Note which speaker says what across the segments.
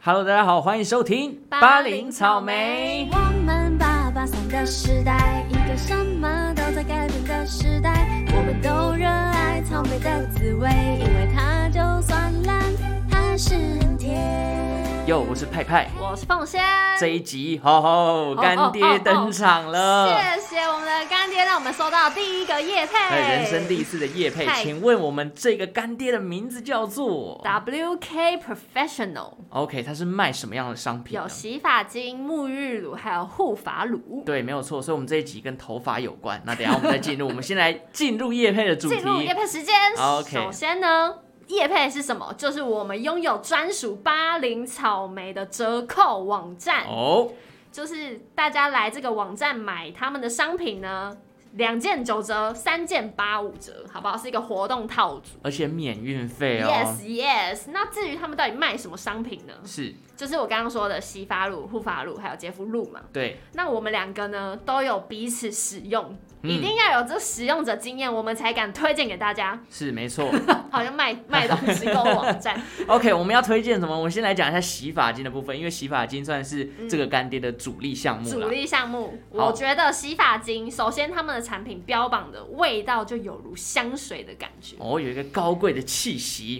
Speaker 1: Hello，大家好，欢迎收听
Speaker 2: 零草莓。
Speaker 3: 我们八八三的时代，一个什么都在改变的时代。我们都热爱草莓的滋味，因为它就算烂，还是很甜。
Speaker 1: 哟，我是派派。
Speaker 2: 我是凤仙，
Speaker 1: 这一集，吼
Speaker 2: 哦
Speaker 1: 吼，干爹登场了。
Speaker 2: 谢谢我们的干爹，让我们收到第一个叶配，
Speaker 1: 哎，人生第一次的夜配，
Speaker 2: 嗨
Speaker 1: 请问我们这个干爹的名字叫做
Speaker 2: WK Professional
Speaker 1: ？OK，他是卖什么样的商品呢
Speaker 2: 有？洗发精、沐浴乳，还有护发乳。
Speaker 1: 对，没有错，所以我们这一集跟头发有关。那等一下我们再进入，我们先来进入夜配的主题。
Speaker 2: 进入叶配时间
Speaker 1: OK
Speaker 2: 首先呢。叶配是什么？就是我们拥有专属巴林草莓的折扣网站
Speaker 1: 哦，
Speaker 2: 就是大家来这个网站买他们的商品呢，两件九折，三件八五折，好不好？是一个活动套组。
Speaker 1: 而且免运费哦。
Speaker 2: Yes, yes。那至于他们到底卖什么商品呢？
Speaker 1: 是，
Speaker 2: 就是我刚刚说的洗发乳、护发乳还有洁肤露嘛。
Speaker 1: 对，
Speaker 2: 那我们两个呢都有彼此使用，
Speaker 1: 嗯
Speaker 2: 一定要有这使用者经验，我们才敢推荐给大家。
Speaker 1: 是没错。
Speaker 2: 好像卖卖东西购物 网站，
Speaker 1: OK，我们要推荐什么？我们先来讲一下洗发精的部分，因为洗发精算是这个干爹的主力项目
Speaker 2: 嗯主
Speaker 1: 啦。
Speaker 2: 力项目，
Speaker 1: 好
Speaker 2: 我觉得洗发精，首先他们的产品标榜的味道就有如香水的感觉。
Speaker 1: 哦，有一个高贵的气息，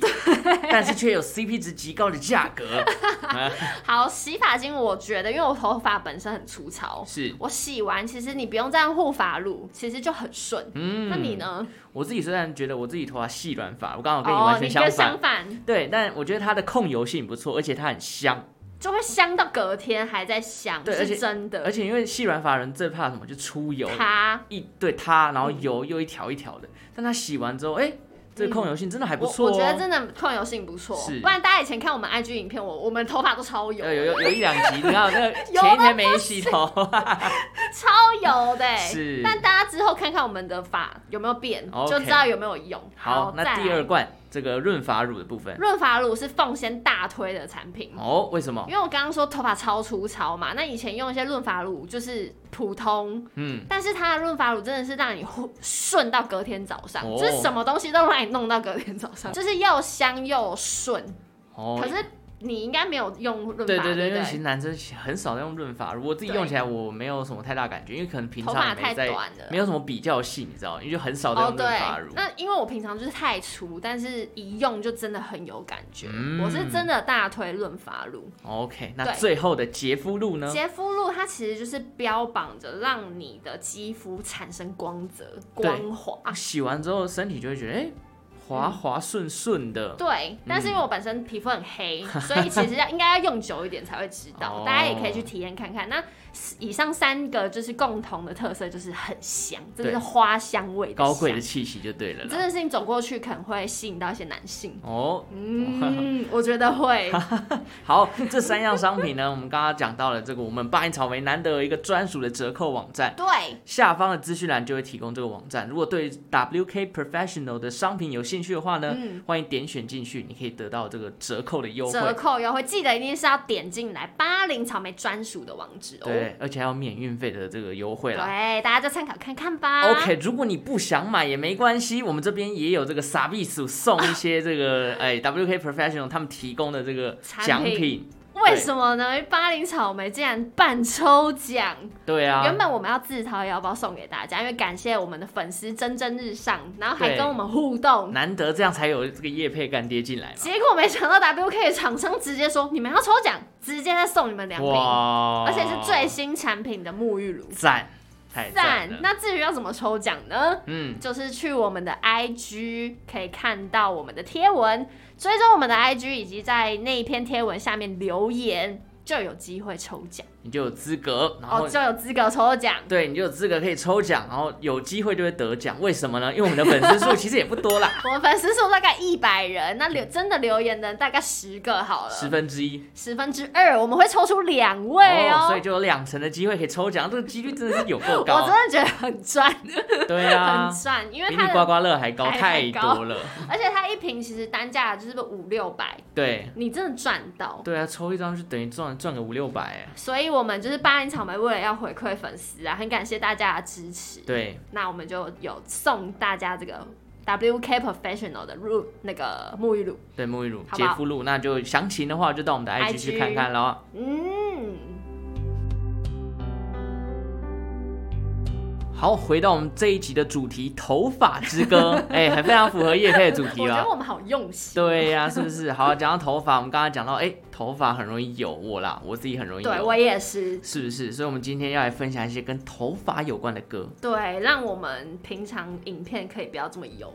Speaker 1: 但是却有 CP 值极高的价 格。
Speaker 2: 好，洗发精我觉得，因为我头发本身很粗糙，
Speaker 1: 是，
Speaker 2: 我洗完其实你不用再用护发乳，其实就很顺。
Speaker 1: 嗯，
Speaker 2: 那你？呢？
Speaker 1: 我自己虽然觉得我自己头发细软发，我刚好跟你
Speaker 2: 哦
Speaker 1: 完，全
Speaker 2: 你
Speaker 1: 相
Speaker 2: 跟
Speaker 1: 反。
Speaker 2: 相反，
Speaker 1: 对，但我觉得它的控油性不错，而且它很香。
Speaker 2: 就会香到隔天还在香，
Speaker 1: 对而且
Speaker 2: 是真
Speaker 1: 而
Speaker 2: 的。
Speaker 1: 且因为细软发人最怕什么，就出油，
Speaker 2: 它，嗯
Speaker 1: 一对它，然后油又一条一条的。但它洗完之后，哎、这个控油性真的还不
Speaker 2: 我
Speaker 1: 错、哦
Speaker 2: 我觉得真的控油性不错
Speaker 1: 是，
Speaker 2: 不然大家以前看我们 IG 影片，我我们头发都超油，
Speaker 1: 呃，有有有一两集，你知道那个前一天没洗头，
Speaker 2: 超油的欸、
Speaker 1: 是
Speaker 2: 但大家之后看看我们的发有没有变
Speaker 1: OK
Speaker 2: 就知道有没有用。
Speaker 1: 好，
Speaker 2: 再
Speaker 1: 那
Speaker 2: 来
Speaker 1: 第二罐这个润发乳的部分，
Speaker 2: 润发乳是凤仙大推的产品。
Speaker 1: 哦，为什么？
Speaker 2: 因为我刚刚说头发超粗糙嘛，那以前用一些润发乳就是普通，
Speaker 1: 嗯，
Speaker 2: 但是它的润发乳真的是让你呼顺到隔天早上，
Speaker 1: 哦
Speaker 2: 就是什么东西都让你弄到隔天早上，就是又香又顺。
Speaker 1: 哦
Speaker 2: 可，是你应该没有用润发，
Speaker 1: 对
Speaker 2: 对
Speaker 1: 对对，因为
Speaker 2: 不
Speaker 1: 其实男生很少用润发乳，我自己
Speaker 2: 对
Speaker 1: 用起来我没有什么太大感觉，因为可能平
Speaker 2: 头发
Speaker 1: 常也
Speaker 2: 太
Speaker 1: 没在，
Speaker 2: 短了
Speaker 1: 没。有什么比较性，你知道，因为就很少在
Speaker 2: 哦
Speaker 1: 用，
Speaker 2: 对
Speaker 1: 润发乳。，
Speaker 2: 那因为我平常就是太粗，但是一用就真的很有感觉。
Speaker 1: 嗯
Speaker 2: 我是真的大推润发乳，
Speaker 1: OK，那
Speaker 2: 哦对
Speaker 1: 最后的洁肤露呢？
Speaker 2: 洁肤露它其实就是标榜着让你的肌肤产生光泽、
Speaker 1: 对
Speaker 2: 光滑。
Speaker 1: 洗完之后身体就会觉得，哎、滑滑顺顺的。
Speaker 2: 对，但是因为我本身皮肤很黑，
Speaker 1: 嗯
Speaker 2: 所以其实要应该要用久一点才会知
Speaker 1: 哦
Speaker 2: 道。大家也可以去体验看看。那以上三个就是共同的特色，就是很香，真
Speaker 1: 对
Speaker 2: 的是花香味的
Speaker 1: 高贵的
Speaker 2: 香
Speaker 1: 气息就对了
Speaker 2: 真
Speaker 1: 啦。
Speaker 2: 的是你走过去可能会吸引到一些男 性。
Speaker 1: 哦，
Speaker 2: 嗯，我觉得会。
Speaker 1: 好，这三样商品呢，我们刚刚讲到了这个我们八音草莓难得有一个专属的折扣网站，
Speaker 2: 对，
Speaker 1: 下方的资讯栏就会提供这个网站。如果对 WK Professional 的商品有兴趣的话呢，
Speaker 2: 嗯
Speaker 1: 欢迎点选进去，你可以得到这个折扣的优
Speaker 2: 折
Speaker 1: 惠。
Speaker 2: 扣优惠记得一定是要点进来八零草莓专属的网址哦。
Speaker 1: 对，而且还有免运费的这个优惠啦。
Speaker 2: 对，大家就参考看看吧。
Speaker 1: OK，如果你不想买也没关系，我们这边也有这个傻逼鼠送一些这 个哎 WK Professional 他们提供的这个
Speaker 2: 产
Speaker 1: 奖
Speaker 2: 品
Speaker 1: 品。
Speaker 2: 为什么呢？因为八零草莓竟然办抽奖，
Speaker 1: 对啊，
Speaker 2: 原本我们要自掏腰包送给大家，因为感谢我们的粉丝蒸蒸日上，然后还
Speaker 1: 对
Speaker 2: 跟我们互动。
Speaker 1: 难得这样才有这个叶配干爹进来嘛。
Speaker 2: 结果没想到 WK 的厂商直接说你们要抽奖，直接再送你们两瓶，
Speaker 1: 哇
Speaker 2: 而且是最新产品的沐浴乳。
Speaker 1: 赞，太赞
Speaker 2: 赞
Speaker 1: 了！！
Speaker 2: 那至于要怎么抽奖呢？
Speaker 1: 嗯，
Speaker 2: 就是去我们的 IG 可以看到我们的贴文，追踪我们的 IG，以及在那一篇贴文下面留言，就有机会抽奖
Speaker 1: 你就有资格，然后
Speaker 2: 哦，就有资格抽 奖。
Speaker 1: 对你就有资格可以抽奖，然后有机会就会得奖。为什么呢？因为我们的粉丝数其实也不多 啦，
Speaker 2: 我们粉丝数大概一百人，那留真的留言的人大概十个好
Speaker 1: 十
Speaker 2: 了，
Speaker 1: 分之一
Speaker 2: 十分之二，我们会抽出两位哦。
Speaker 1: 所以就有两成的机会可以抽奖，这个几率真的是有够
Speaker 2: 我
Speaker 1: 高。
Speaker 2: 真的觉得很赚，
Speaker 1: 对啊
Speaker 2: 很，赚，因为
Speaker 1: 比
Speaker 2: 它
Speaker 1: 你刮
Speaker 2: 的，
Speaker 1: 刮乐还高
Speaker 2: 还
Speaker 1: 太
Speaker 2: 还高
Speaker 1: 多了。
Speaker 2: 而且它一瓶其实单价就是五六百，
Speaker 1: 对
Speaker 2: 你真的赚到。
Speaker 1: 对啊，抽一张就等于赚赚个五六百哎。
Speaker 2: 所以我们就是八零草莓，为了要回馈粉丝啊，很感谢大家的支持。
Speaker 1: 对，
Speaker 2: 那我们就有送大家这个 WK Professional 的露那个沐浴露。
Speaker 1: 对，沐浴乳、
Speaker 2: 好不
Speaker 1: 洁
Speaker 2: 好
Speaker 1: 肤露，那就详情的话就到我们的 IG 去看看了。
Speaker 2: 嗯，
Speaker 1: 好，回到我们这一集的主题《头发之歌》， 哎，还非常符合叶配的主题哦
Speaker 2: 我觉
Speaker 1: 了
Speaker 2: 得。我们好用心。
Speaker 1: 对呀、是不是？好，讲到头发，我们刚才讲到，哎、头发很容易有我啦，我自己很容易
Speaker 2: 对
Speaker 1: 有，
Speaker 2: 我也是。
Speaker 1: 是不是？所以，我们今天要来分享一些跟头发有关的歌。
Speaker 2: 对，让我们平常影片可以不要这么油。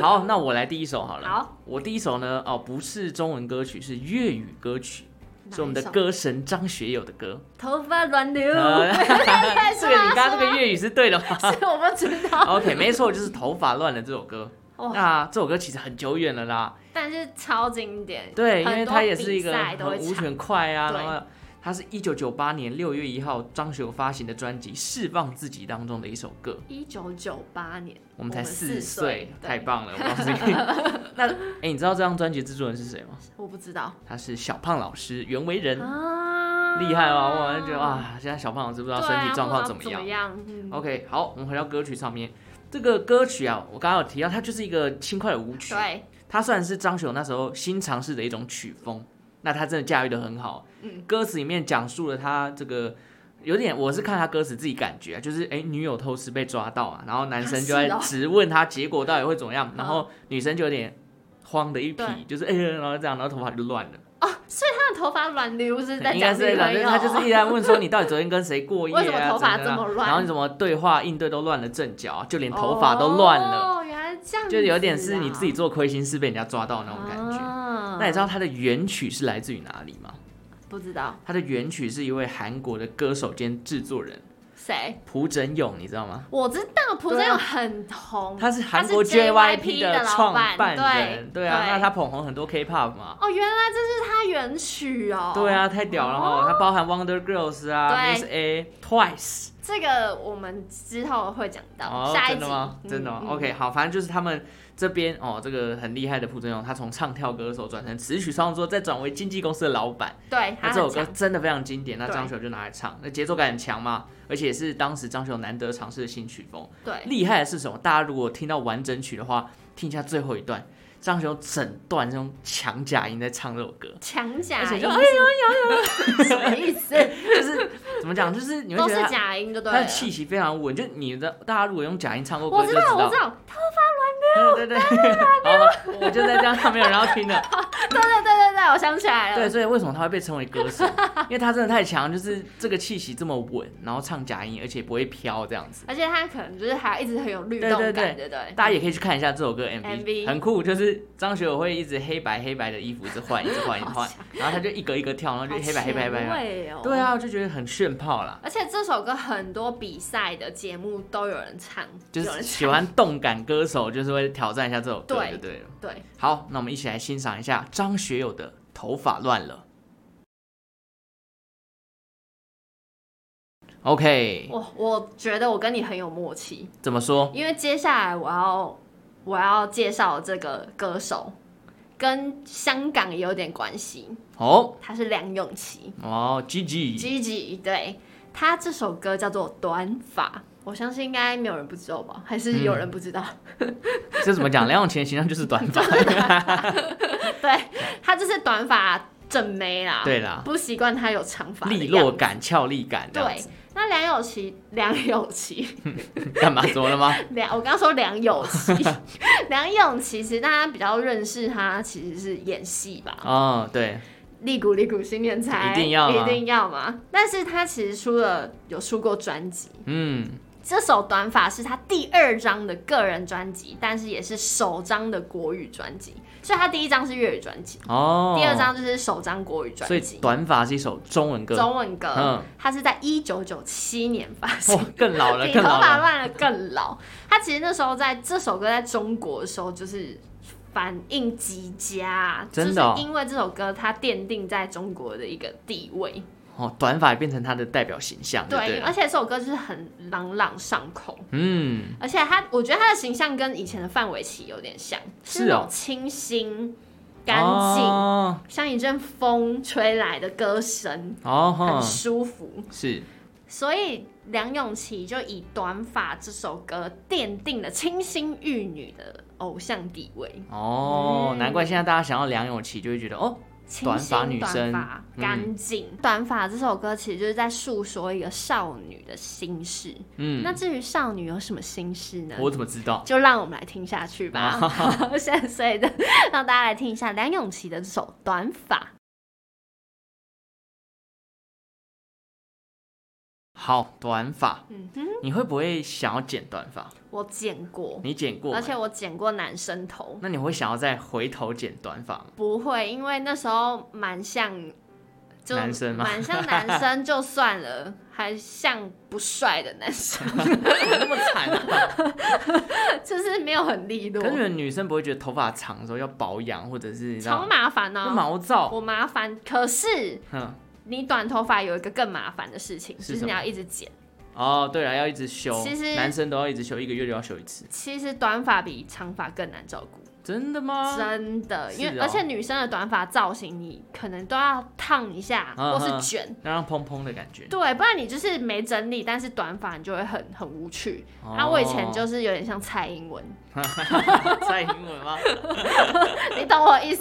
Speaker 1: 好，那我来第一首好了。
Speaker 2: 好，
Speaker 1: 我第一首呢，哦，不是中文歌曲，是粤语歌曲， 是我们的
Speaker 2: 哪一首
Speaker 1: 歌神张学友的歌。
Speaker 2: 头发乱 流，
Speaker 1: 呃 这
Speaker 2: 哦 这
Speaker 1: 个你刚刚这个粤语是对的吗
Speaker 2: 是我不 知道。
Speaker 1: ？OK，没错，就是《头发乱了》这首歌。
Speaker 2: 哇
Speaker 1: 那这首歌其实很久远了啦，
Speaker 2: 但是超经典，
Speaker 1: 对，因
Speaker 2: 很
Speaker 1: 为
Speaker 2: 多
Speaker 1: 它也是一个
Speaker 2: 比赛都
Speaker 1: 很
Speaker 2: 会
Speaker 1: 舞
Speaker 2: 唱。
Speaker 1: 犬快啊，
Speaker 2: 对
Speaker 1: 然后它是一九九八年六月一号张学友发行的专辑《释放自己》当中的一首歌。
Speaker 2: 一九九八年，
Speaker 1: 我们才四
Speaker 2: 四
Speaker 1: 岁，太！
Speaker 2: 对
Speaker 1: 棒了！我告诉你， 那哎、你知道这张专辑制作人是谁吗？
Speaker 2: 我不知道
Speaker 1: 他是小胖老师袁惟仁，
Speaker 2: 啊，
Speaker 1: 厉害吗？我就觉得哇，现在小胖老师不知
Speaker 2: 对
Speaker 1: 道
Speaker 2: 啊，
Speaker 1: 身体状况怎
Speaker 2: 不
Speaker 1: 么
Speaker 2: 知道
Speaker 1: 样
Speaker 2: 怎。么样？嗯
Speaker 1: OK，好，我们回到歌曲上面。这个歌曲啊，我刚刚有提到，它就是一个轻快的舞曲。
Speaker 2: 对，
Speaker 1: 它虽然是张学友那时候新尝试的一种曲风，那他真的驾驭的很好。
Speaker 2: 嗯
Speaker 1: 歌词里面讲述了他这个有点，我是看他歌词自己感觉啊，就是哎、诶女友偷吃被抓到啊，然后男生就在
Speaker 2: 是哦
Speaker 1: 质问他结果到底会怎么样，然
Speaker 2: 嗯
Speaker 1: 后女生就有点慌的一匹
Speaker 2: 对，
Speaker 1: 就是哎、诶然后这样，然后头发就乱了。
Speaker 2: 他的头发乱溜是在
Speaker 1: 应该
Speaker 2: 讲
Speaker 1: 是在
Speaker 2: 女
Speaker 1: 讲，就是
Speaker 2: 朋友，
Speaker 1: 他就是一直在问说你到底昨天跟谁过夜、啊，
Speaker 2: 为什么头发
Speaker 1: 怎样
Speaker 2: 这么乱
Speaker 1: 然后你怎么对话应对都乱了阵脚，啊就连头发都乱了，
Speaker 2: 哦，原来这样子啊，
Speaker 1: 就是有点是你自己做亏心事被人家抓到那种感觉。
Speaker 2: 啊
Speaker 1: 那你知道它的原曲是来自于哪里吗？
Speaker 2: 不知道
Speaker 1: 它的原曲是一位韩国的歌手兼制作人
Speaker 2: 谁？
Speaker 1: 朴整勇，你知道吗？
Speaker 2: 我知道朴
Speaker 1: 对啊
Speaker 2: 正勇很红，
Speaker 1: 他是韩
Speaker 2: 是
Speaker 1: 国
Speaker 2: JYP
Speaker 1: 的
Speaker 2: 的老
Speaker 1: 创
Speaker 2: 板
Speaker 1: 办
Speaker 2: 对
Speaker 1: 人，对啊，
Speaker 2: 对
Speaker 1: 那他捧红很多 K-pop 嘛。
Speaker 2: 哦，原来这是他原曲哦。
Speaker 1: 对，啊，太屌了哈！它包含 Wonder Girls 啊
Speaker 2: 对
Speaker 1: ，Miss A、Twice，
Speaker 2: 这个我们之后会讲到，
Speaker 1: 哦，
Speaker 2: 下一
Speaker 1: 真
Speaker 2: 集
Speaker 1: 的吗？真的吗、
Speaker 2: 嗯
Speaker 1: o k 好，反正就是他们这边哦，这个很厉害的朴正勇，他从唱跳歌手转成词曲创作，再转为经纪公司的老板。
Speaker 2: 对，
Speaker 1: 那
Speaker 2: 他
Speaker 1: 这首
Speaker 2: 很
Speaker 1: 歌
Speaker 2: 强，
Speaker 1: 真的非常经典，那
Speaker 2: 对
Speaker 1: 张学友就拿来唱，那节奏感很强嘛，而且也是当时张学友难得尝试的新曲风。
Speaker 2: 对，
Speaker 1: 厉害的是什么？大家如果听到完整曲的话，听一下最后一段，张学友整段这种强假音在唱这首歌，
Speaker 2: 强假
Speaker 1: 而且
Speaker 2: 音
Speaker 1: 就哎
Speaker 2: 是什么意思？
Speaker 1: 就是怎么讲，就是 你会
Speaker 2: 都
Speaker 1: 觉
Speaker 2: 是
Speaker 1: 得他
Speaker 2: 假音就对
Speaker 1: 他的
Speaker 2: 了。
Speaker 1: 气息非常稳，就你的大家如果用假音唱过歌
Speaker 2: 我
Speaker 1: 就
Speaker 2: 知
Speaker 1: 知道
Speaker 2: 道，。我知道，
Speaker 1: 对对对， 好，我就在这样，他没有人要听 了。
Speaker 2: 对对对对对，我想起来了。
Speaker 1: 对，所以为什么他会被称为歌神？因为他真的太强，就是这个气息这么稳，然后唱假音，而且不会飘这样子。
Speaker 2: 而且他可能就是还一直很有律动
Speaker 1: 对
Speaker 2: 感，
Speaker 1: 对对
Speaker 2: 对对。
Speaker 1: 大家也可以去看一下这首歌 MV，,
Speaker 2: MV
Speaker 1: 很酷，就是张学友会一直黑白黑白的衣服一直换，一直换，一直换，然后他就一格一格跳，然后就黑白黑白黑白黑
Speaker 2: 好前
Speaker 1: 白。
Speaker 2: 卫哦。
Speaker 1: 对。啊，我就觉得很炫炮啦，
Speaker 2: 而且这首歌很多比赛的节目都有人唱，
Speaker 1: 就
Speaker 2: 有
Speaker 1: 是
Speaker 2: 人
Speaker 1: 喜欢动感歌手，就是会挑战一下这首歌
Speaker 2: 对
Speaker 1: 就对了。
Speaker 2: 对。
Speaker 1: 好，那我们一起来欣赏一下张学友的《头发乱了》。OK，
Speaker 2: 我我觉得我跟你很有默契，
Speaker 1: 怎么说？
Speaker 2: 因为接下来我要我要介绍这个歌手，跟香港也有点关系，
Speaker 1: 哦
Speaker 2: 他是梁咏琪
Speaker 1: 哦，G G，
Speaker 2: ，Gigi，对他这首歌叫做《短发》，我相信应该没有人不知道吧？还是有
Speaker 1: 嗯
Speaker 2: 人不知道？
Speaker 1: 这怎么讲？梁咏琪的形象就是短 发。
Speaker 2: 对他就是短发正妹啦，
Speaker 1: 对啦，
Speaker 2: 不习惯他有长发的
Speaker 1: 利
Speaker 2: 样
Speaker 1: 落
Speaker 2: 子。
Speaker 1: 感、俏丽感这样
Speaker 2: 对
Speaker 1: 子，，
Speaker 2: 那梁咏琪，梁咏琪，
Speaker 1: 干嘛？怎么了吗？
Speaker 2: 梁，我刚刚说梁咏琪， 梁咏琪其实大家比较认识她，其实是演戏吧，
Speaker 1: 哦，对，
Speaker 2: 利古利古新年才
Speaker 1: 一定要
Speaker 2: 一
Speaker 1: 啊
Speaker 2: 定要嘛。但是她其实出了有出过专辑，
Speaker 1: 嗯，
Speaker 2: 这首《短发》是她第二张的个人专辑，但是也是首张的国语专辑，所以她第一张是粤语专辑，
Speaker 1: 哦，
Speaker 2: 第二，张就是首张国语专
Speaker 1: 所以
Speaker 2: 辑。
Speaker 1: 短发是一首中文歌，
Speaker 2: 中文歌，
Speaker 1: 嗯
Speaker 2: 它是在一九九七年发行
Speaker 1: 哇，哦更老 了，
Speaker 2: 比头
Speaker 1: 更老
Speaker 2: 发
Speaker 1: 了，
Speaker 2: 乱了更老。他其实那时候在这首歌在中国的时候，就是反应极佳，
Speaker 1: 真的哦
Speaker 2: 就是因为这首歌它奠定在中国的一个地位。
Speaker 1: 哦，短发也变成他的代表形象，对不啊
Speaker 2: 对，
Speaker 1: 对
Speaker 2: 而
Speaker 1: 了，
Speaker 2: 且这首歌就是很朗朗上口，
Speaker 1: 嗯，
Speaker 2: 而且他我觉得他的形象跟以前的范玮琪有点像，
Speaker 1: 是哦
Speaker 2: 那种清新、干净，
Speaker 1: 哦，
Speaker 2: 像一阵风吹来的歌声，
Speaker 1: 哦
Speaker 2: 很
Speaker 1: 吼，
Speaker 2: 舒服。
Speaker 1: 是，
Speaker 2: 所以梁咏琪就以《短发》这首歌奠定了清新玉女的偶像地位。
Speaker 1: 哦，
Speaker 2: 嗯
Speaker 1: 难怪现在大家想要梁咏琪，就会觉得哦，
Speaker 2: 清新
Speaker 1: 短发女生
Speaker 2: 短发
Speaker 1: 嗯
Speaker 2: 干净。短发这首歌其实就是在诉说一个少女的心事。
Speaker 1: 嗯，
Speaker 2: 那至于少女有什么心事呢？
Speaker 1: 我怎啊么知道？
Speaker 2: 就让我们来听下去吧。 现在所以的，让大家来听一下梁咏琪的这首《短发》。
Speaker 1: 好，短发，
Speaker 2: 嗯哼，
Speaker 1: 你会不会想要剪短发？
Speaker 2: 我剪过，
Speaker 1: 你剪过没，
Speaker 2: 而且我剪过男生头。
Speaker 1: 那你会想要再回头剪短发 吗？
Speaker 2: 不会，因为那时候蛮像，就
Speaker 1: 男生吗
Speaker 2: 蛮像男生就算了，还像不帅的男生，
Speaker 1: 哦那么惨啊！
Speaker 2: 就是 没有很利落
Speaker 1: 可，是你们女生不会觉得头发长的时候要保养，或者是你知道
Speaker 2: 超麻烦呢、
Speaker 1: 那毛躁？
Speaker 2: 我麻烦，可是
Speaker 1: 哼，
Speaker 2: 你短头发有一个更麻烦的事情，
Speaker 1: 是
Speaker 2: 就是
Speaker 1: 什
Speaker 2: 你
Speaker 1: 么
Speaker 2: 要一直剪。
Speaker 1: 哦，对了，要一直修，
Speaker 2: 其实
Speaker 1: 男生都要一直修，一个月就要修一次，
Speaker 2: 其实短发比长发更难照顾，
Speaker 1: 真的吗？
Speaker 2: 真的，因
Speaker 1: 啊
Speaker 2: 为、
Speaker 1: 是哦
Speaker 2: 而且女生的短发造型，你可能都要烫一下，
Speaker 1: 嗯
Speaker 2: 或
Speaker 1: 嗯
Speaker 2: 是卷。
Speaker 1: 那让蓬蓬的感觉。
Speaker 2: 对，不然你就是没整理，但是短发你就会很很无趣。那、
Speaker 1: 哦
Speaker 2: 啊我以前就是有点像蔡英文，
Speaker 1: 蔡哦英文吗？
Speaker 2: 你懂我意思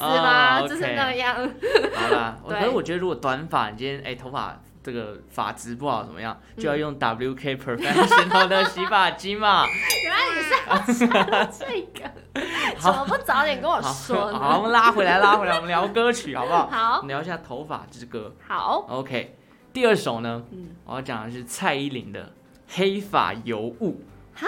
Speaker 1: 哦
Speaker 2: 吗？
Speaker 1: ，OK
Speaker 2: 就是那样。
Speaker 1: 好啦，我
Speaker 2: 对
Speaker 1: 可是我觉得如果短发，你今天哎、头发这个发质不好怎么样，
Speaker 2: 嗯
Speaker 1: 就要用 WK Professional 的洗发精 嘛。
Speaker 2: 原来你是要讲这个，怎么不早点跟我
Speaker 1: 好，
Speaker 2: 说呢？
Speaker 1: 好，我们拉回来，拉回来，我们聊歌曲好不好？
Speaker 2: 好
Speaker 1: 我们聊一下头发之歌。
Speaker 2: 好
Speaker 1: OK，第二首呢，
Speaker 2: 嗯
Speaker 1: 我要讲的是蔡依林的《黑发尤物》。哈，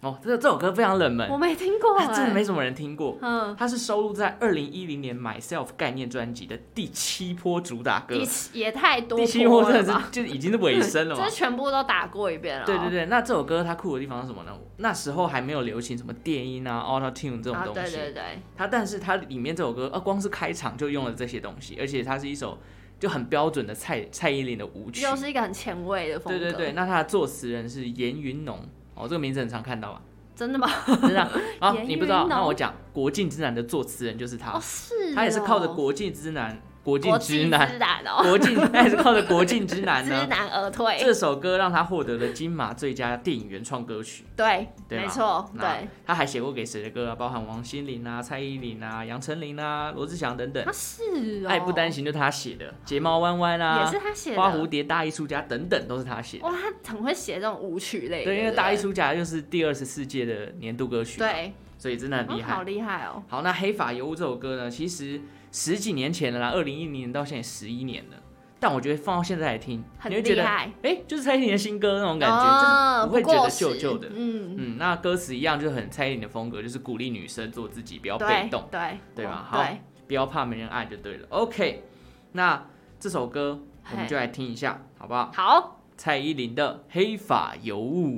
Speaker 1: 哦，这这首歌非常冷门
Speaker 2: 我，没听过、
Speaker 1: 它
Speaker 2: 欸，
Speaker 1: 哎真的没什么人听过。
Speaker 2: 嗯，
Speaker 1: 它是收录在二零一零年《Myself》概念专辑的第七波主打歌
Speaker 2: 也。也太多
Speaker 1: 第七
Speaker 2: 波
Speaker 1: 波
Speaker 2: 了
Speaker 1: 真的
Speaker 2: 吧？
Speaker 1: 是就已经是尾声了 嘛
Speaker 2: 就是。啊全部都打过一遍了、
Speaker 1: 对对，对，那这首歌它酷的地方是什么呢？那时候还没有流行什么电音啊、Auto Tune 这种
Speaker 2: 啊
Speaker 1: 东西，
Speaker 2: 对对对，
Speaker 1: 它但是它里面这首歌，呃，光是开场就用了这些东西，而且它是一首就很标准的蔡蔡依林的舞曲。
Speaker 2: 又是一个很前卫的风
Speaker 1: 对
Speaker 2: 格，
Speaker 1: 对对，，那它的作词人是严云农，哦，这个名字很常看 到吧？
Speaker 2: 真的吗？
Speaker 1: 真的啊啊，
Speaker 2: 严
Speaker 1: 你不知道？
Speaker 2: 云农
Speaker 1: 那我讲《国境之南》的作词人就是他，
Speaker 2: 哦，是哦，
Speaker 1: 他也是靠着《国境之南》《国境
Speaker 2: 国
Speaker 1: 之啊
Speaker 2: 际
Speaker 1: 南
Speaker 2: 之》南哦，
Speaker 1: 国境，他也是靠着《国境之南》
Speaker 2: 知
Speaker 1: 呢。
Speaker 2: 难而退，
Speaker 1: 这首歌让他获得了金马最佳电影原创歌曲，
Speaker 2: 对，
Speaker 1: 对吧
Speaker 2: 没错，
Speaker 1: 那
Speaker 2: 对，，
Speaker 1: 他还写过给谁的歌啊？包含王心凌啊、蔡依林啊、杨丞琳啊、罗志祥等等
Speaker 2: 他。是哦，
Speaker 1: 爱不担心就是他写的，睫毛弯弯
Speaker 2: 也
Speaker 1: 啊
Speaker 2: 是，他写的，哦
Speaker 1: 花蝴蝶、大艺术家等等都是他写的。
Speaker 2: 哇，他很会写这种舞曲类的，
Speaker 1: 对，因为
Speaker 2: 不
Speaker 1: 大艺术家又是第二十四届的年度歌曲，，
Speaker 2: 对，
Speaker 1: 所以真的很厉
Speaker 2: 哦好
Speaker 1: 害。
Speaker 2: 厉害哦，
Speaker 1: 好，那《黑发尤物》这首歌呢，其实十几年前了啦，二零一零年到现在十一年了。但我觉得放到现在来听，
Speaker 2: 很
Speaker 1: 你会觉
Speaker 2: 厉
Speaker 1: 得，
Speaker 2: 害
Speaker 1: 哎、就是蔡依林的新歌那种感觉，
Speaker 2: 哦
Speaker 1: 就是不会
Speaker 2: 过
Speaker 1: 觉得旧
Speaker 2: 时
Speaker 1: 旧的。
Speaker 2: 嗯，
Speaker 1: 嗯，那歌词一样就是很蔡依林的风格，就是鼓励女生做自己，不要被
Speaker 2: 对
Speaker 1: 动，
Speaker 2: 对
Speaker 1: 对吧
Speaker 2: 哦
Speaker 1: 好
Speaker 2: 对，
Speaker 1: 不要怕没人爱就对了。OK，那这首歌我们
Speaker 2: 嘿
Speaker 1: 就来听一下，好不好？
Speaker 2: 好，
Speaker 1: 蔡依林的《黑发尤物》。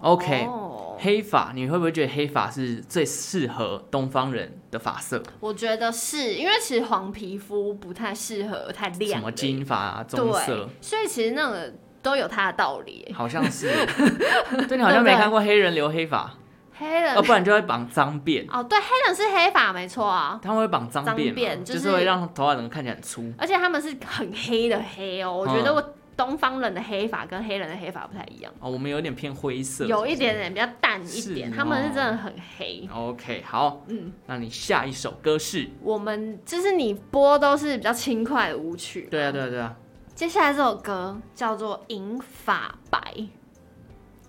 Speaker 1: OK，、
Speaker 2: 哦
Speaker 1: 黑发，你会不会觉得黑发是最适合东方人的发色？
Speaker 2: 我觉得是因为其实黄皮肤不太适合太亮，
Speaker 1: 什么金发啊、棕色
Speaker 2: 对，，所以其实那个都有它的道理。
Speaker 1: 好像 是。对，你好像没看过黑人留黑发，
Speaker 2: 黑人
Speaker 1: 要不然就会绑脏辫。
Speaker 2: 哦，对，黑人是黑发没错啊，
Speaker 1: 他们会绑脏辫
Speaker 2: 脏辫
Speaker 1: 嘛，
Speaker 2: 就是
Speaker 1: 是会让头发整个看起来很粗。
Speaker 2: 而且他们是很黑的黑哦，我觉
Speaker 1: 嗯
Speaker 2: 得我东方人的黑发跟黑人的黑发不太一样，
Speaker 1: 哦，我们有点偏灰色，
Speaker 2: 有一点点比较淡一点，
Speaker 1: 是哦
Speaker 2: 他们是真的很黑。
Speaker 1: OK，好，
Speaker 2: 嗯，
Speaker 1: 那你下一首歌是？
Speaker 2: 我们就是你播都是比较轻快的舞曲，
Speaker 1: 对啊，对啊，对啊，
Speaker 2: 接下来这首歌叫做《银发白》，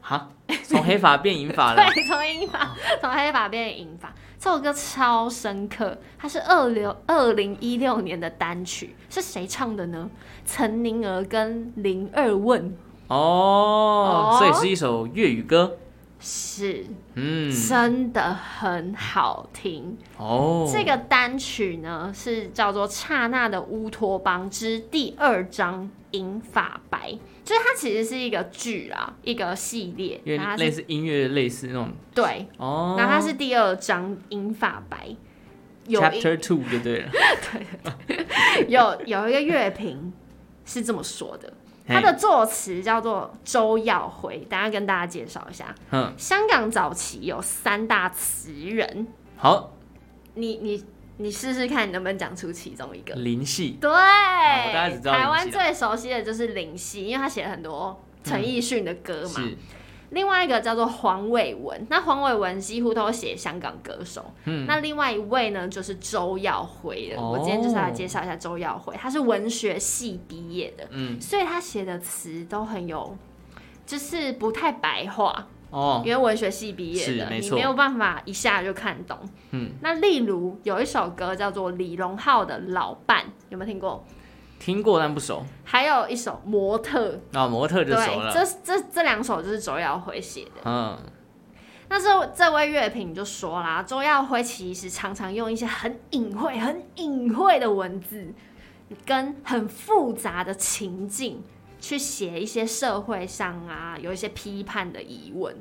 Speaker 1: 哈，从黑发变银发了。
Speaker 2: 对，从银发从黑发变成银发，这首歌超深刻，它是二六二零一六年的单曲，是谁唱的呢？岑宁儿跟林二问，
Speaker 1: 哦
Speaker 2: 哦，
Speaker 1: 所以是一首粤语歌。
Speaker 2: 是、
Speaker 1: 嗯，
Speaker 2: 真的很好听。
Speaker 1: 哦，
Speaker 2: 这个单曲呢是叫做《刹那的乌托邦之第二章银发白》，就是它其实是一个剧啦，一个系列，
Speaker 1: 因
Speaker 2: 然后
Speaker 1: 为
Speaker 2: 它
Speaker 1: 类
Speaker 2: 是
Speaker 1: 似音乐，类似那种
Speaker 2: 对，
Speaker 1: 哦。
Speaker 2: 然后它是第二章银发白。有一
Speaker 1: Chapter Two 就对 了。
Speaker 2: 有有一个乐评是这么说的，他
Speaker 1: 嘿
Speaker 2: 的作词叫做周耀辉，等一下跟大家介绍一下。
Speaker 1: 嗯，
Speaker 2: 香港早期有三大词人，
Speaker 1: 好，
Speaker 2: 你你你试试看你能不能讲出其中一个。
Speaker 1: 林夕，
Speaker 2: 对，
Speaker 1: 我大概只知道啊林夕
Speaker 2: 台湾
Speaker 1: 了
Speaker 2: 最熟悉的就是林夕，因为他写了很多陈奕迅的歌嘛。
Speaker 1: 是，
Speaker 2: 另外一个叫做黄伟文，那黄伟文几乎都写香港歌手。
Speaker 1: 嗯，
Speaker 2: 那另外一位呢，就是周耀辉了。
Speaker 1: 哦
Speaker 2: 我今天就是来介绍一下周耀辉，他是文学系毕业的，
Speaker 1: 嗯，
Speaker 2: 所以他写的词都很有，就是不太白话，
Speaker 1: 哦，
Speaker 2: 因为文学系毕业
Speaker 1: 是
Speaker 2: 的，
Speaker 1: 没
Speaker 2: 你
Speaker 1: 错
Speaker 2: 没有办法一下就看懂。
Speaker 1: 嗯，
Speaker 2: 那例如有一首歌叫做李荣浩的《老伴》，有没有听过？
Speaker 1: 听过但不熟。
Speaker 2: 还有一首《模特》，
Speaker 1: 那、模特就熟
Speaker 2: 对，
Speaker 1: 了，
Speaker 2: 这这这两首就是周耀辉写的。
Speaker 1: 嗯，
Speaker 2: 那这这位乐评就说啦，周耀辉其实常常用一些很隐晦、很隐晦的文字，跟很复杂的情境去写一些社会上啊有一些批判的疑问，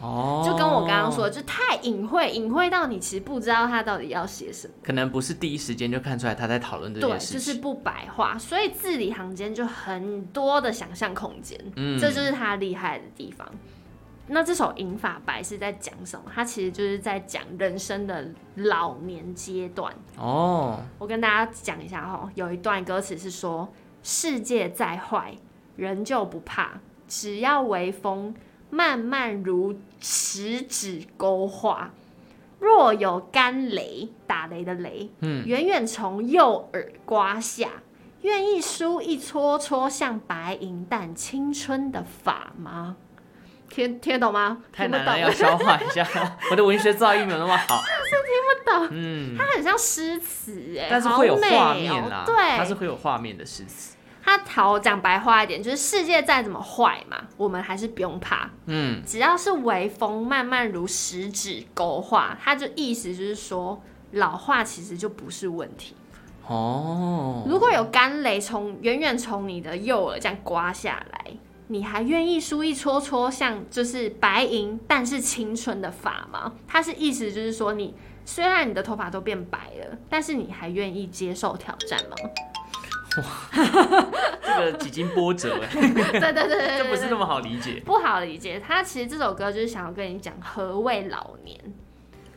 Speaker 1: 哦，
Speaker 2: 就跟我刚刚说，的，就太隐晦，隐晦到你其实不知道他到底要写什么，
Speaker 1: 可能不是第一时间就看出来他在讨论这
Speaker 2: 对，
Speaker 1: 件事
Speaker 2: 就
Speaker 1: 情，
Speaker 2: 是不白话，所以字里行间就很多的想象空间。
Speaker 1: 嗯，
Speaker 2: 这就是他厉害的地方。那这首《银发白》是在讲什么？它其实就是在讲人生的老年阶段。
Speaker 1: 哦，
Speaker 2: 我跟大家讲一下哦，有一段歌词是说：“世界再坏，人就不怕，只要微风慢慢如食指勾画。若有干雷，打雷的雷，
Speaker 1: 嗯
Speaker 2: 远远从右耳刮下。”愿意梳一撮撮像白银淡青春的发吗？听听得懂吗？
Speaker 1: 太
Speaker 2: 听不
Speaker 1: 难了，
Speaker 2: 懂
Speaker 1: 要消化一下。 我的文学造诣没有那么好，
Speaker 2: 懂
Speaker 1: 嗯，
Speaker 2: 它很像诗词哎，
Speaker 1: 但是会有
Speaker 2: 好美
Speaker 1: 画
Speaker 2: 哦
Speaker 1: 面啊啦，
Speaker 2: 对，
Speaker 1: 它是会有画面的诗词，
Speaker 2: 他好讲白话一点，就是世界再怎么坏嘛，我们还是不用怕，
Speaker 1: 嗯，
Speaker 2: 只要是微风慢慢如食指勾画，他就意思就是说。老化其实就不是问题。
Speaker 1: 哦，
Speaker 2: 如果有干雷从远远从你的右耳这样刮下来，你还愿意梳一撮撮像就是白银但是青春的发吗？他是意思就是说你虽然你的头发都变白了，但是你还愿意接受挑战吗？
Speaker 1: 这个几经波 折，哎
Speaker 2: 对对对对对，
Speaker 1: 这不是
Speaker 2: 对
Speaker 1: 那么好理解，
Speaker 2: 不好理解。他其实这首歌就是想要跟你讲何谓老年，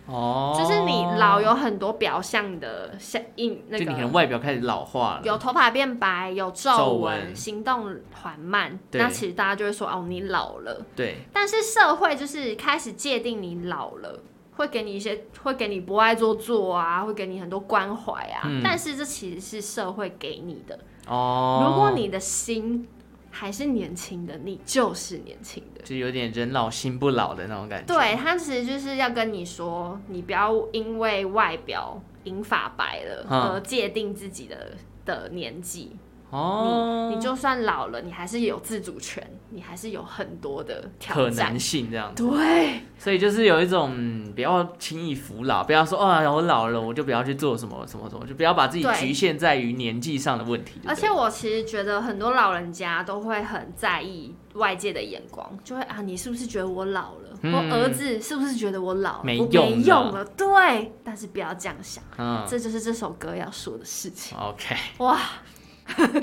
Speaker 1: 哦，
Speaker 2: 就是你老有很多表象的像印那
Speaker 1: 就你可能
Speaker 2: 个。
Speaker 1: 外表开始老化了，
Speaker 2: 有头发变白，有皱
Speaker 1: 皱
Speaker 2: 纹，
Speaker 1: 纹
Speaker 2: 行动缓慢，
Speaker 1: 对
Speaker 2: 那其实大家就会说哦，你老了。
Speaker 1: 对，
Speaker 2: 但是社会就是开始界定你老了，会给你一些，会给你不爱做作啊，会给你很多关怀啊。
Speaker 1: 嗯
Speaker 2: 但是这其实是社会给你的。
Speaker 1: 哦，
Speaker 2: 如果你的心还是年轻的，你就是年轻的。
Speaker 1: 就有点人老心不老的那种感觉，
Speaker 2: 对他其实就是要跟你说，你不要因为外表银发白了
Speaker 1: 嗯
Speaker 2: 而界定自己的的年纪。
Speaker 1: 哦，
Speaker 2: 你你就算老了，你还是有自主权，你还是有很多的挑
Speaker 1: 可
Speaker 2: 战
Speaker 1: 能。性这样子，
Speaker 2: 对
Speaker 1: 所以就是有一种嗯不要轻易服老，不要说啊我老了我就不要去做什么什么什么，就不要把自己
Speaker 2: 对
Speaker 1: 局限在于年纪上的问题。
Speaker 2: 而
Speaker 1: 对
Speaker 2: 且我其实觉得很多老人家都会很在意外界的眼光，就会啊，你是不是觉得我老了？
Speaker 1: 嗯
Speaker 2: 我儿子是不是觉得我老了？
Speaker 1: 没
Speaker 2: 我
Speaker 1: 用啊
Speaker 2: 没
Speaker 1: 了
Speaker 2: 用了。对，但是不要这样想，
Speaker 1: 不对嗯
Speaker 2: 这就是这首歌要说的事情。
Speaker 1: ，OK，
Speaker 2: 哇，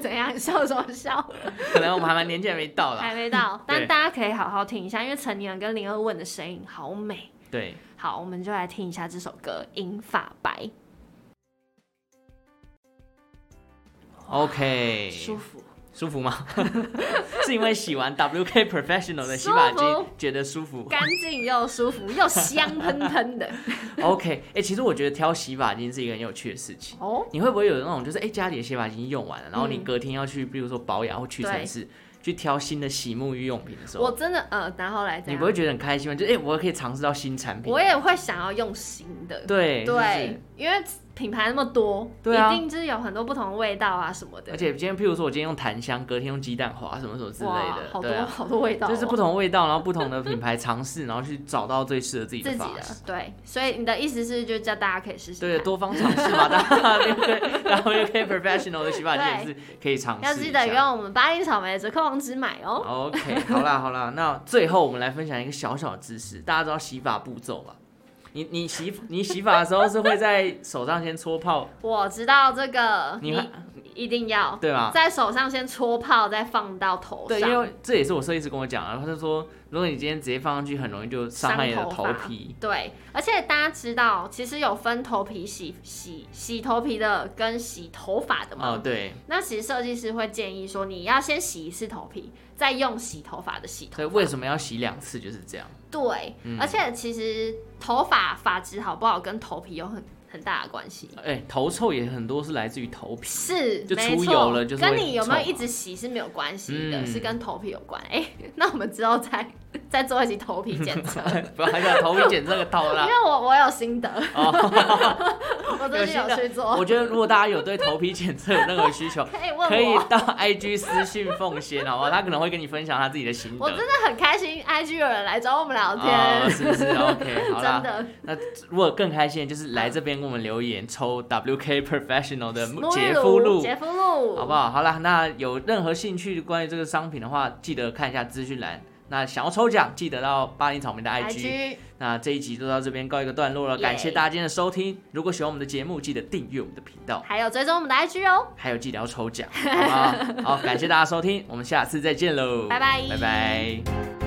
Speaker 2: 怎样笑什么笑？
Speaker 1: 可能我们还蛮年纪还没到啦。
Speaker 2: 还没到，但
Speaker 1: 嗯对
Speaker 2: 大家可以好好听一下，因为陈年跟林二问的声音好美。
Speaker 1: 对，
Speaker 2: 好，我们就来听一下这首歌《银发白
Speaker 1: OK，》，
Speaker 2: 哦舒服。
Speaker 1: 舒服吗？ 是因为洗完 WK Professional 的洗发
Speaker 2: 舒
Speaker 1: 精觉得舒服。
Speaker 2: 干净又舒服，又香喷喷 的
Speaker 1: OK，哎、其实我觉得挑洗发精是一个很有趣的事情。
Speaker 2: 哦，
Speaker 1: 你会不会有那种就是哎、诶家里的洗发精用完了，然后你
Speaker 2: 嗯
Speaker 1: 隔天要去，比如说保养或屈臣氏嗯去挑新的洗沐浴用品的时
Speaker 2: 我
Speaker 1: 候，
Speaker 2: 真的呃，然后来这
Speaker 1: 你
Speaker 2: 样
Speaker 1: 不会，啊觉得很开心吗？就哎、诶我可以尝试到新产品。
Speaker 2: 我也会想要用新的，
Speaker 1: 对
Speaker 2: 对，因为品牌那么多，
Speaker 1: 对啊
Speaker 2: 一定就是有很多不同的味道啊什么的，
Speaker 1: 而且今天譬如说我今天用檀香，隔天用鸡蛋花什么什么之类
Speaker 2: 哇，
Speaker 1: 的，
Speaker 2: 好
Speaker 1: 对
Speaker 2: 多
Speaker 1: 啊，
Speaker 2: 好多味道哦，
Speaker 1: 就是不同味道，然后不同的品牌尝试，然后去找到最适合自己
Speaker 2: 自
Speaker 1: 的
Speaker 2: 己
Speaker 1: 发
Speaker 2: 的
Speaker 1: 型。
Speaker 2: 对，所以你的意思是就叫大家可以试试看，
Speaker 1: 对，多方尝试嘛，大家对不对？ 然后又可以 professional 的洗发精也是可以尝
Speaker 2: 要
Speaker 1: 试
Speaker 2: 记
Speaker 1: 一
Speaker 2: 得
Speaker 1: 下。
Speaker 2: 用我们巴黎草莓的折扣网址买哦。
Speaker 1: OK，好啦好啦，那最后我们来分享一个小小的知识，大家知道洗发步骤吧？你你 洗你洗发的时候是会在手上先搓泡，
Speaker 2: 我知道这个，
Speaker 1: 你
Speaker 2: 你
Speaker 1: 还
Speaker 2: 一定要
Speaker 1: 对吧？
Speaker 2: 在手上先搓泡，再放到头
Speaker 1: 对，
Speaker 2: 上。
Speaker 1: 因为这也是我设计师跟我讲啊，他就说，如果你今天直接放上去，很容易就伤害你的
Speaker 2: 伤头
Speaker 1: 头
Speaker 2: 发
Speaker 1: 皮。
Speaker 2: 对，而且大家知道，其实有分头皮洗洗洗头皮的跟洗头发的嘛。
Speaker 1: 哦，对，
Speaker 2: 那其实设计师会建议说，你要先洗一次头皮，再用洗头发的洗头
Speaker 1: 所以为什么要洗两次就是这样？
Speaker 2: 对，
Speaker 1: 嗯
Speaker 2: 而且其实头发发质好不好跟头皮有很很大的关系。
Speaker 1: 哎、头臭也很多是来自于头皮。
Speaker 2: 是，
Speaker 1: 就
Speaker 2: 没
Speaker 1: 出
Speaker 2: 错
Speaker 1: 油了就是
Speaker 2: 跟
Speaker 1: 会
Speaker 2: 你有
Speaker 1: 臭
Speaker 2: 没
Speaker 1: 嘛
Speaker 2: 有一直洗是没有关系的，
Speaker 1: 嗯
Speaker 2: 是跟头皮有关。哎、那我们之后再再做一期头皮检测，
Speaker 1: 不要把头皮剪这个头
Speaker 2: 因
Speaker 1: 啦。哦
Speaker 2: 为我我有心得， 我最近
Speaker 1: 有
Speaker 2: 有
Speaker 1: 心得
Speaker 2: 去
Speaker 1: 我
Speaker 2: 做，
Speaker 1: 觉得如果大家有对头皮检测有任何需求，
Speaker 2: 可以
Speaker 1: 可
Speaker 2: 问
Speaker 1: 以
Speaker 2: 我。
Speaker 1: 到 IG 私信奉先，好不好？他可能会跟你分享他自己的心得。
Speaker 2: 我真的很开心，IG 有人来找我们聊天，
Speaker 1: 哦、是不 是？OK，好
Speaker 2: 真
Speaker 1: 啦。
Speaker 2: 的。
Speaker 1: 那如果更开心，的就是来这边跟我们留言抽 WK Professional 的
Speaker 2: 沐浴
Speaker 1: 洁肤
Speaker 2: 露
Speaker 1: 露，
Speaker 2: 洁肤露，
Speaker 1: 好不？好？好啦，那有任何兴趣关于这个商品的话，记得看一下资讯栏。那想要抽奖，记得到巴黎草莓的
Speaker 2: IG
Speaker 1: 那这一集就到这边告一个段落了，感谢
Speaker 2: Yay
Speaker 1: 大家今天的收听。如果喜欢我们的节目，记得订阅我们的频道，
Speaker 2: 还有追踪我们的 IG 哦，
Speaker 1: 还有记得要抽奖，好不好？好，感谢大家收听，我们下次再见喽，
Speaker 2: 拜拜
Speaker 1: 拜拜。